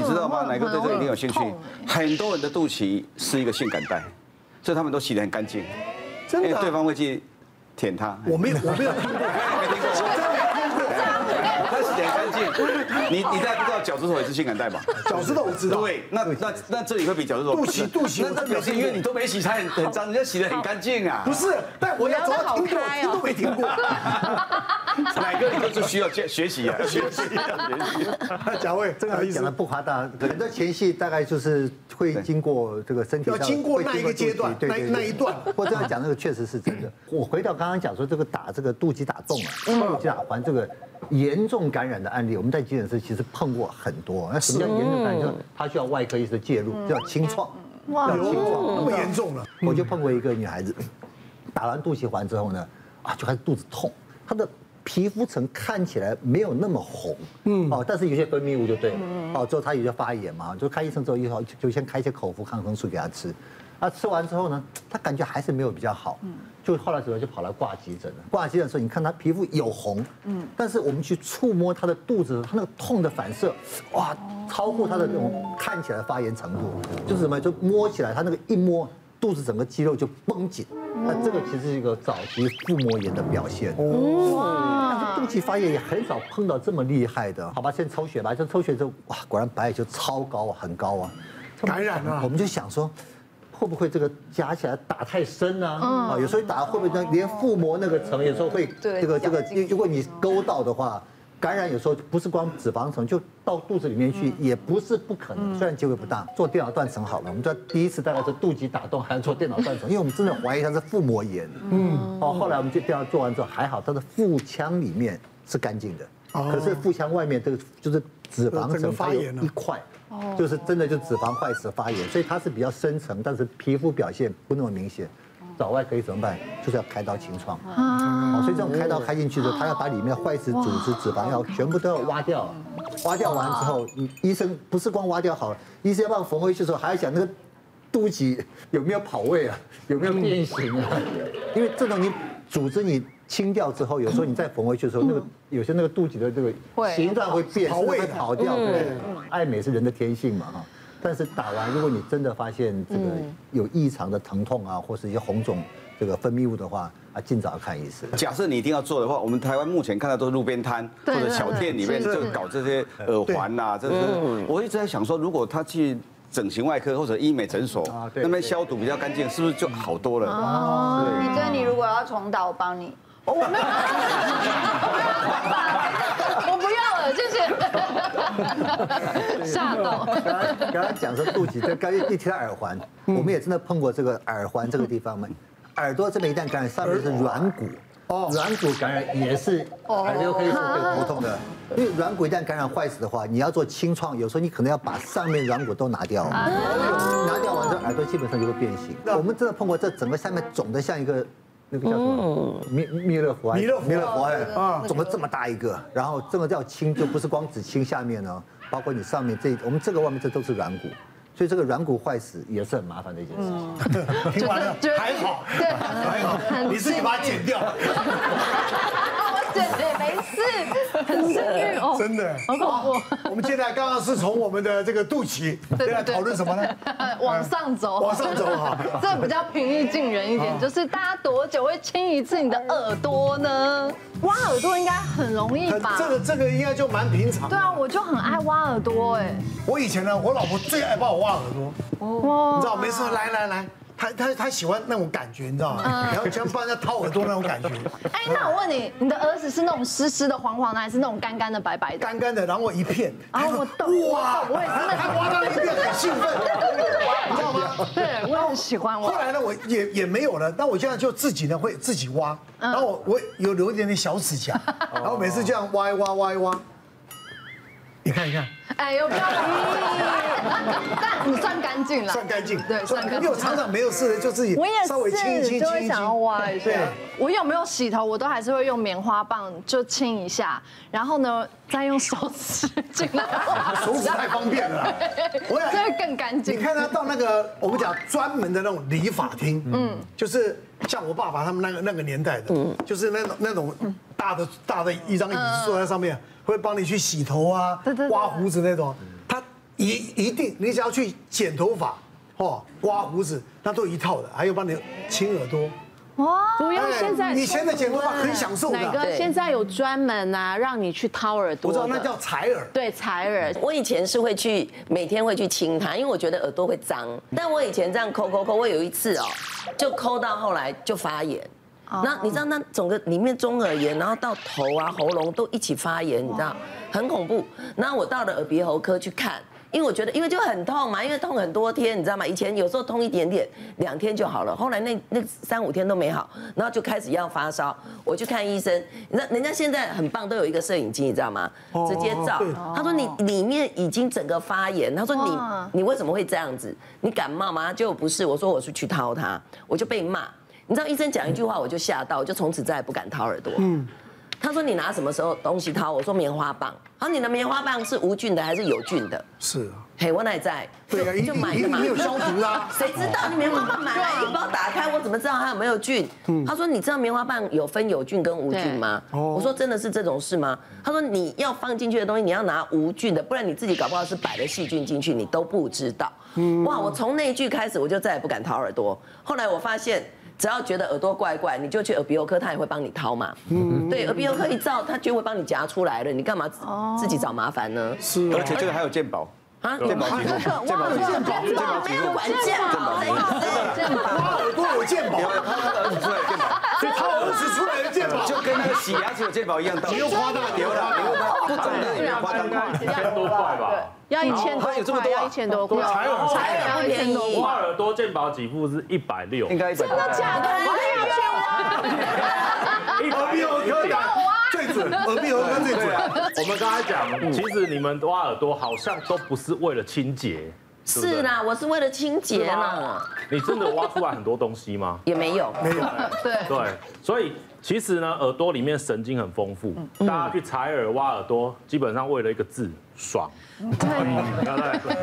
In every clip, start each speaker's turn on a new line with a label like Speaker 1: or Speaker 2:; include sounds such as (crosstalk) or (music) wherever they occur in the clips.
Speaker 1: 道吗？奶哥对这个一定有兴趣。嗯很多人的肚脐是一个性感带，所以他们都洗得很干净，
Speaker 2: 真
Speaker 1: 因
Speaker 2: 的
Speaker 1: 为
Speaker 2: 啊
Speaker 1: 对方会去舔它。哎
Speaker 2: 我没有，我没有听过。
Speaker 1: 他洗得很干净。你你大家不知道脚趾头也是性感带吧？
Speaker 2: 早知道我知道。
Speaker 1: 对，那那那这里会比脚趾头
Speaker 2: 肚脐肚脐
Speaker 1: 那
Speaker 2: 我
Speaker 1: 那
Speaker 2: 真没
Speaker 1: 表示因为你都没洗，它很很脏，人家洗得很干净啊。
Speaker 2: 不是，但我要
Speaker 3: 聊
Speaker 2: 怎
Speaker 3: 得
Speaker 2: 么
Speaker 3: 好
Speaker 2: 听过，
Speaker 3: 开哦
Speaker 2: 听都没听过。
Speaker 1: 奶哥，你就是需要学学习啊， (laughs) 学习啊，学习啊。
Speaker 2: 贾伟，这个好意
Speaker 4: 呃讲的
Speaker 2: 思。
Speaker 4: 不夸大，很多前戏大概就是会经过这个身体上
Speaker 2: 要经过那一个
Speaker 4: 会经
Speaker 2: 阶
Speaker 4: 过
Speaker 2: 段
Speaker 4: 肚脐对
Speaker 2: 那
Speaker 4: 对对
Speaker 2: 那一段
Speaker 4: 或这样讲，那个确实是真的。
Speaker 2: (laughs)
Speaker 4: 我回到刚刚讲说这个打这个肚脐打洞啊，
Speaker 2: 嗯
Speaker 4: 肚脐打环这个严重感染的案例，我们在急诊室其实碰过很多。那什么叫严重感染？就是它需要外科医师介
Speaker 2: 嗯
Speaker 4: 入，叫清创，叫清创。
Speaker 2: 那么严重了，
Speaker 4: 我就碰过一个女孩子，打完肚脐环之后呢，啊，就开始肚子痛，她的皮肤层看起来没有那么红，嗯，哦，但是有些分泌物就对了，哦，之后她有些发炎嘛，就看医生之后，医生就先开一些口服抗生素给她吃，啊，吃完之后呢，她感觉还是没有比较好，就后来主要就跑来挂急诊了。挂急诊的时候，你看她皮肤有红，嗯，但是我们去触摸她的肚子，她那个痛的反射，哇，超过她的那种看起来的发炎程度，就是什么，就摸起来，她那个一摸。肚子整个肌肉就绷紧，那这个其实是一个早期腹膜炎的表现。
Speaker 2: 嗯哦
Speaker 4: 但是肚脐发炎也很少碰到这么厉害的，好吧？先抽血吧，就抽血之后，哇，果然白血球超高啊，很高啊，
Speaker 2: 感染啊了 (laughs)
Speaker 4: 我们就想说。会不会这个夹起来打太深呢、啊？有时候打会不会连腹膜那个层有时候会
Speaker 3: 嗯对
Speaker 4: 这个这个
Speaker 3: 咬进去，
Speaker 4: 如果你勾到的话，感染有时候不是光脂肪层，就到肚子里面
Speaker 3: 嗯
Speaker 4: 去也不是不可能。虽然机会不大，做电脑断层好了，我们在第一次带来是肚脐打洞，还是做电脑
Speaker 3: (laughs)
Speaker 4: 断层，因为我们真的怀疑它是腹膜炎。嗯，哦，后来我们就电脑做完之后还好，它的腹腔里面是干净的，可是腹腔外面这个就是脂
Speaker 2: 呃
Speaker 4: 肪
Speaker 2: 整个
Speaker 4: 层
Speaker 2: 发
Speaker 4: 它有
Speaker 2: 炎啊了
Speaker 4: 一块，就是真的就脂肪坏死发炎，所以它是比较深层，但是皮肤表现不那么明显。找外科医怎么办？就是要开刀清创。哦，所以这种开刀开进去的，他要把里面的坏死组织、脂肪要全部都要挖掉。挖掉完之后，你医生不是光挖掉好了，医生要帮我缝回去的时候，还要想那个肚脐有没有跑位啊，有没有变形啊？因为这种你组织你清掉之后，有时候你再缝回去的时候，那个有些那个肚脐的这个
Speaker 3: 会
Speaker 4: 形状会变，
Speaker 2: 跑位啊嗯
Speaker 4: 会
Speaker 2: 的
Speaker 4: 跑掉。对，爱美是人的天性嘛哈。但是打完，如果你真的发现这个有异常的疼痛啊，或是一些红肿、这个分泌物的话，啊，尽早看医生。
Speaker 1: 假设你一定要做的话，我们台湾目前看到都是路边摊或
Speaker 3: 对
Speaker 1: 者小店里面
Speaker 3: 对
Speaker 1: 就
Speaker 3: 对嗯是
Speaker 1: 搞这些耳环呐、这是我一直在想说，如果他去整形外科或者医美诊所
Speaker 4: 啊对
Speaker 1: 那边消毒比较干净，是不是就好多了？
Speaker 3: 哦，你觉得你如果要重打，我帮你。哦，我没
Speaker 5: (laughs)
Speaker 3: 有，我不要了，谢谢。吓
Speaker 2: (laughs)
Speaker 3: 到。
Speaker 4: 刚才讲说肚脐，这刚一提到耳环，
Speaker 2: 嗯
Speaker 4: 我们也真的碰过这个耳环这个地方嘛，耳朵这边一旦感染，上面是软骨。哦，软骨感染也是
Speaker 2: 哦
Speaker 4: 耳流可以是最头痛的，因为软骨一旦感染坏死的话，你要做清创，有时候你可能要把上面软骨都拿掉，
Speaker 2: 啊
Speaker 4: 拿掉完之后耳朵基本上就会变形。我们真的碰过这整个下面肿的像一个那个叫什么弥弥勒佛还是，
Speaker 2: 嗯弥勒佛
Speaker 4: 弥勒佛哎
Speaker 2: 啊
Speaker 4: 怎么这么大一个？然后这个叫清，就不是光只清下面呢，包括你上面这，我们这个外面这都是软骨，所以这个软骨坏死也是很麻烦的一件事情。
Speaker 2: 听完了
Speaker 3: 觉得
Speaker 2: 还好，
Speaker 3: 对
Speaker 2: 还好，你自己把它剪掉，
Speaker 5: 哦
Speaker 3: 对对，没事，很幸运哦。
Speaker 2: 真的。
Speaker 3: 好恐怖！
Speaker 2: 我们现在刚刚是从我们的这个肚脐，
Speaker 5: 对
Speaker 2: 来
Speaker 5: 对
Speaker 2: 讨论什么呢？
Speaker 5: 往上走，
Speaker 2: 嗯往上走哈。
Speaker 5: (laughs)
Speaker 2: 嗯
Speaker 5: 这比较平易近人一点，就是大家多久会清一次你的耳朵呢？挖耳朵应该很容易吧？
Speaker 2: 这个这个应该就蛮平常
Speaker 5: 对。啊，我就很爱挖耳朵哎，
Speaker 2: 我以前呢，我老婆最爱帮我挖耳朵，
Speaker 5: 哇
Speaker 2: 你知道，没事来来来，她她她喜欢那种感觉，你知道吗？然后像帮人家掏耳朵那种感觉，
Speaker 5: 哎，那我问你，你的耳屎是那种湿湿的、黄黄的，还是那种干干的、白白的？
Speaker 2: 干干的，然后一片。
Speaker 5: 啊，我懂，
Speaker 2: 哇
Speaker 5: 哇，我也是那
Speaker 2: 她挖到那一片很兴奋，你知道吗？
Speaker 5: 对，我也很喜欢
Speaker 2: 后
Speaker 5: 我。
Speaker 2: 来呢，我也也没有了。那我现在就自己呢会自己挖，
Speaker 5: 嗯
Speaker 2: 然后我我有留一点点小指甲，
Speaker 5: 哦
Speaker 2: 然后每次这样挖一挖挖一挖，你看一看，
Speaker 5: (laughs) 哎呦，不要
Speaker 2: (laughs)
Speaker 5: 啦，但你算干净了，
Speaker 2: 算干净，
Speaker 5: 对，算干
Speaker 2: 因为我
Speaker 5: 净。
Speaker 2: 常常没有事的就自己
Speaker 5: 我也
Speaker 2: 稍微清一
Speaker 5: 是，
Speaker 2: 清
Speaker 5: 就
Speaker 2: 清
Speaker 5: 会
Speaker 2: 一
Speaker 5: 想要
Speaker 2: 清。
Speaker 5: 挖一下
Speaker 2: 对。
Speaker 5: 我有没有洗头，我都还是会用棉花棒就清一下，然后呢，再用手指进来挖，
Speaker 2: 手指太方便了啦，我
Speaker 5: (laughs) 这
Speaker 2: 想
Speaker 5: 会更干
Speaker 2: 你
Speaker 5: 净。
Speaker 2: 看他到那个我们讲专门的那种理发厅，嗯，就是像我爸爸他们那个那个年代的，
Speaker 5: 嗯
Speaker 2: 就是那种那种大的大的一张椅子坐在上面，会帮你去洗头啊
Speaker 5: 嗯对对，对
Speaker 2: 刮胡子那种。他一一定，你只要去剪头发哦，刮胡子，那都一套的，还有帮你清耳朵。
Speaker 5: 哇，哦
Speaker 6: 不要现在，
Speaker 2: 哎你现在剪头发很享受
Speaker 6: 哪
Speaker 2: 的，
Speaker 6: 个
Speaker 7: 对
Speaker 6: 现在有专门啊，让你去掏耳朵
Speaker 2: 我知
Speaker 6: 的？
Speaker 2: 道那叫采耳。
Speaker 6: 对采耳。
Speaker 7: 我以前是会去每天会去清它，因为我觉得耳朵会脏。但我以前这样抠抠抠，我有一次哦，就抠到后来就发炎。那你知道那整个里面中耳炎，然后到头啊喉咙都一起发炎，你知道很恐怖。然后我到了耳鼻喉科去看，因为我觉得因为就很痛嘛，因为痛很多天，你知道吗？以前有时候痛一点点，两天就好了，后来那那三五天都没好，然后就开始要发烧，我去看医生。你知道人家现在很棒，都有一个摄影机，你知道吗？直接照
Speaker 2: 对。
Speaker 7: 他说你里面已经整个发炎，他说你你为什么会这样子？你感冒吗？就不是，我说我是去掏它，我就被骂。你知道医生讲一句话我就吓到，我就从此再也不敢掏耳朵。嗯，他说你拿什么时候东西掏？我说棉花棒。他说你的棉花棒是无菌的还是有菌的？
Speaker 2: 是啊，
Speaker 7: 嘿，我哪里在？
Speaker 2: 对啊，一
Speaker 7: 就
Speaker 2: 定
Speaker 7: 买
Speaker 2: 一
Speaker 7: 的嘛
Speaker 2: 定。有消毒啊啦。
Speaker 7: (laughs) 谁知道你棉花棒买来一包打开，我怎么知道它有没有菌？
Speaker 2: 嗯
Speaker 7: 他说你知道棉花棒有分有菌跟无菌吗？
Speaker 2: 哦
Speaker 7: 我说真的是这种事吗？
Speaker 2: 嗯
Speaker 7: 他说你要放进去的东西你要拿无菌的，不然你自己搞不好是摆了细菌进去，你都不知道。
Speaker 2: 嗯
Speaker 7: 哇，我从那一句开始我就再也不敢掏耳朵。后来我发现。只要觉得耳朵怪怪，你就去耳鼻喉科，他也会帮你掏嘛。嗯，对，耳鼻喉科一照，他就会帮你夹出来了，你干嘛自
Speaker 2: 哦
Speaker 7: 自己找麻烦呢？
Speaker 2: 是啊
Speaker 1: 而且这个还有鉴宝，
Speaker 7: 啊，
Speaker 1: 鉴宝题目，
Speaker 3: (laughs)
Speaker 1: 鉴宝题目，鉴宝题
Speaker 7: 没有
Speaker 1: 目，
Speaker 7: 管健保，真的
Speaker 5: 这样吧
Speaker 2: 挖耳朵有鉴宝，
Speaker 1: 有他他儿子出来有鉴宝。
Speaker 2: 所以掏耳屎出来的鉴宝。
Speaker 1: 就跟那个洗牙齿有鉴宝一样道理。
Speaker 2: 你又夸大
Speaker 1: 牛了，牛了，不懂的也
Speaker 3: (laughs)
Speaker 1: 要夸张
Speaker 8: 一千多块吧，
Speaker 2: 哦
Speaker 6: 要一千多
Speaker 1: 还有这么
Speaker 6: 块，
Speaker 1: 多啊
Speaker 6: 要一千多块，
Speaker 8: 采耳
Speaker 7: 才有那么便宜
Speaker 8: 挖。耳朵健保给付是一百六，
Speaker 1: 应该真的假的？
Speaker 8: 一
Speaker 2: 耳鼻喉科的最准，耳鼻喉科最
Speaker 8: 对
Speaker 2: 准。
Speaker 8: 啊，我们刚才讲，其实你们挖耳朵好像都不是为了清洁，对不对
Speaker 7: 是，啦，我是为了清洁
Speaker 8: 是
Speaker 7: 啦
Speaker 8: 吗，你真的挖出来很多东西吗？
Speaker 7: 也没有。
Speaker 2: 没有，
Speaker 8: 对，所以其实呢，耳朵里面神经很丰富，大家去采耳挖耳朵，基本上为了一个字爽，对不对？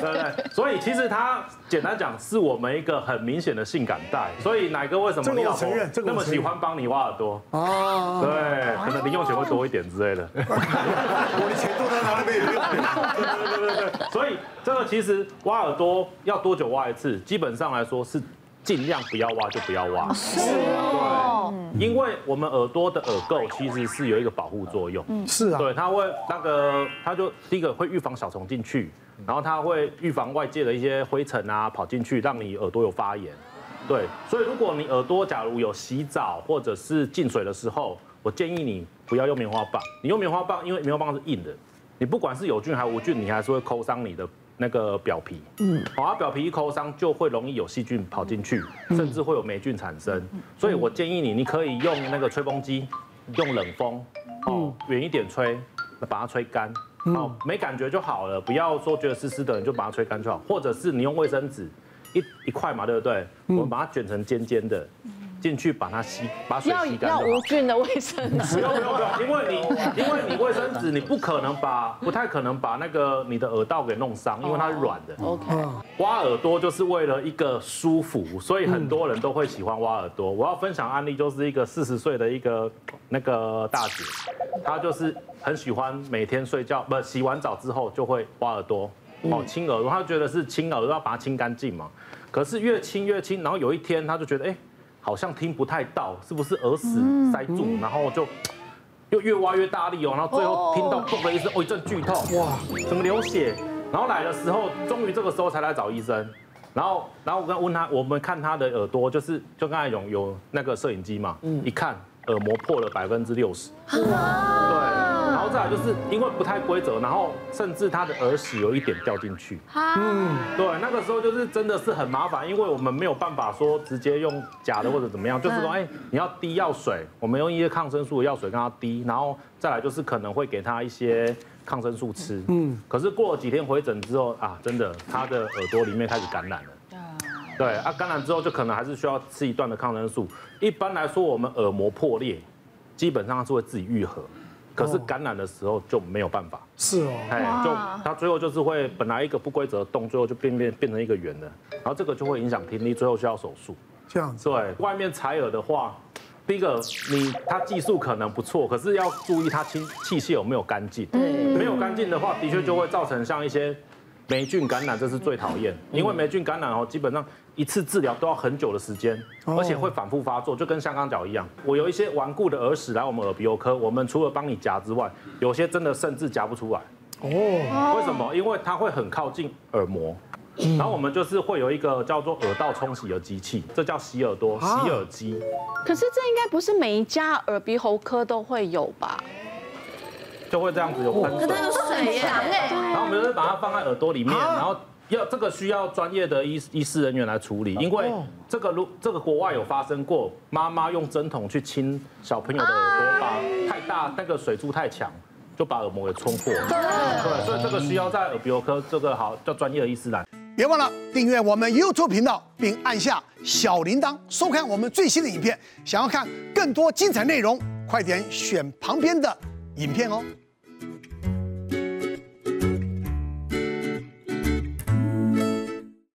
Speaker 8: 对不对？所以其实它简单讲，是我们一个很明显的性感带。所以奶哥为什
Speaker 2: 这
Speaker 8: 么
Speaker 2: 个
Speaker 8: 你
Speaker 2: 我
Speaker 8: 老婆
Speaker 2: 承认这个
Speaker 8: 那
Speaker 2: 我
Speaker 8: 么
Speaker 2: 承认
Speaker 8: 喜欢帮你挖耳朵？
Speaker 2: 哦，
Speaker 8: 对，可能零用钱会多一点之类的。
Speaker 2: 我的钱都在他那边有没有。
Speaker 8: 对对对对，所以这个其实挖耳朵要多久挖一次？基本上来说是尽量不要挖就不要挖。是哦，因为我们耳朵的耳垢其实是有一个保护作用。
Speaker 2: 是啊，
Speaker 8: 对，它会那个，它就第一个会预防小虫进去，然后它会预防外界的一些灰尘啊跑进去，让你耳朵有发炎。对，所以如果你耳朵假如有洗澡或者是进水的时候，我建议你不要用棉花棒。你用棉花棒，因为棉花棒是硬的，你不管是有菌还无菌，你还是会抠伤你的那个表皮。嗯，好、啊，表皮一抠伤就会容易有细菌跑进去，甚至会有霉菌产生。
Speaker 6: 嗯
Speaker 8: 所以我建议你，你可以用那个吹风机，用冷风，
Speaker 6: 嗯
Speaker 8: 哦，远一点吹，把它吹干。哦，没感觉就好了，不要说觉得湿湿的你就把它吹干就好，或者是你用卫生纸一一块嘛，对不对？
Speaker 6: 嗯
Speaker 8: 我们把它卷成尖尖的，进去把它吸，把水
Speaker 6: 要
Speaker 8: 吸干就
Speaker 6: 要
Speaker 8: 好。
Speaker 6: 无菌的卫生纸
Speaker 2: (laughs)
Speaker 8: 不。用不用不用，因为你因为你卫生纸，你不可能把不太可能把那个你的耳道给弄伤，因为它是软的。
Speaker 6: OK，
Speaker 8: 挖耳朵就是为了一个舒服，所以很多人都会喜欢挖耳朵。我要分享案例就是一个四十岁的一个那个大姐，她就是很喜欢每天睡觉不洗完澡之后就会挖耳朵，哦清耳朵，她觉得是清耳朵要把它清干净嘛。可是越清越清，然后有一天她就觉得哎、好像听不太到，是不是耳屎塞住？然后就。又越挖越大力哦，然后最后听到砰的一声，哦一阵剧痛，哇，怎么流血？然后来的时候，终于这个时候才来找医生。然后，然后我跟问他，我们看他的耳朵，就是就刚才有有那个摄影机嘛，一看耳膜破了百分之六十，对，然后再来就是因为不太规则，然后甚至他的耳屎有一点掉进去，对，那个时候就是真的是很麻烦，因为我们没有办法说直接用假的或者怎么样，就是说，哎，你要滴药水，我们用一些抗生素的药水跟他滴，然后再来就是可能会给他一些抗生素吃，嗯，可是过了几天回诊之后啊，真的他的耳朵里面开始感染了。对啊，感染之后就可能还是需要吃一段的抗生素。一般来说，我们耳膜破裂，基本上是会自己愈合，可是感染的时候就没有办法。
Speaker 2: 是哦。
Speaker 8: 哎，就它最后就是会本来一个不规则的洞，最后就变变变成一个圆的，然后这个就会影响听力，最后需要手术。
Speaker 2: 这样子，
Speaker 8: 对，外面采耳的话，第一个你它技术可能不错，可是要注意它器器械有没有干净。
Speaker 7: 对
Speaker 8: 没有干净的话，的确就会造成像一些霉菌感染这是最讨厌，因为霉菌感染哦，基本上一次治疗都要很久的时间，而且会反复发作，就跟香港脚一样。我有一些顽固的耳屎来我们耳鼻喉科，我们除了帮你夹之外，有些真的甚至夹不出来。哦，嗯为什么？因为它会很靠近耳膜。然后我们就是会有一个叫做耳道冲洗的机器，这叫洗耳朵、洗耳机。
Speaker 6: 可是这应该不是每一家耳鼻喉科都会有吧？
Speaker 8: 就会这样哦子有啊喷水，
Speaker 7: 水耶，
Speaker 8: 然后我们就是把它放在耳朵里面，然后要这个需要专业的医医师人员来处理，因为这个如这个国外有发生过，妈妈用针筒去亲小朋友的耳朵，把太大那个水柱太强。就把耳膜给冲破，哎对，所以这个需要在耳鼻喉科这个好叫专业的医师来。
Speaker 9: 别忘了订阅我们 YouTube 频道，并按下小铃铛，收看我们最新的影片。想要看更多精彩内容，快点选旁边的影片哦。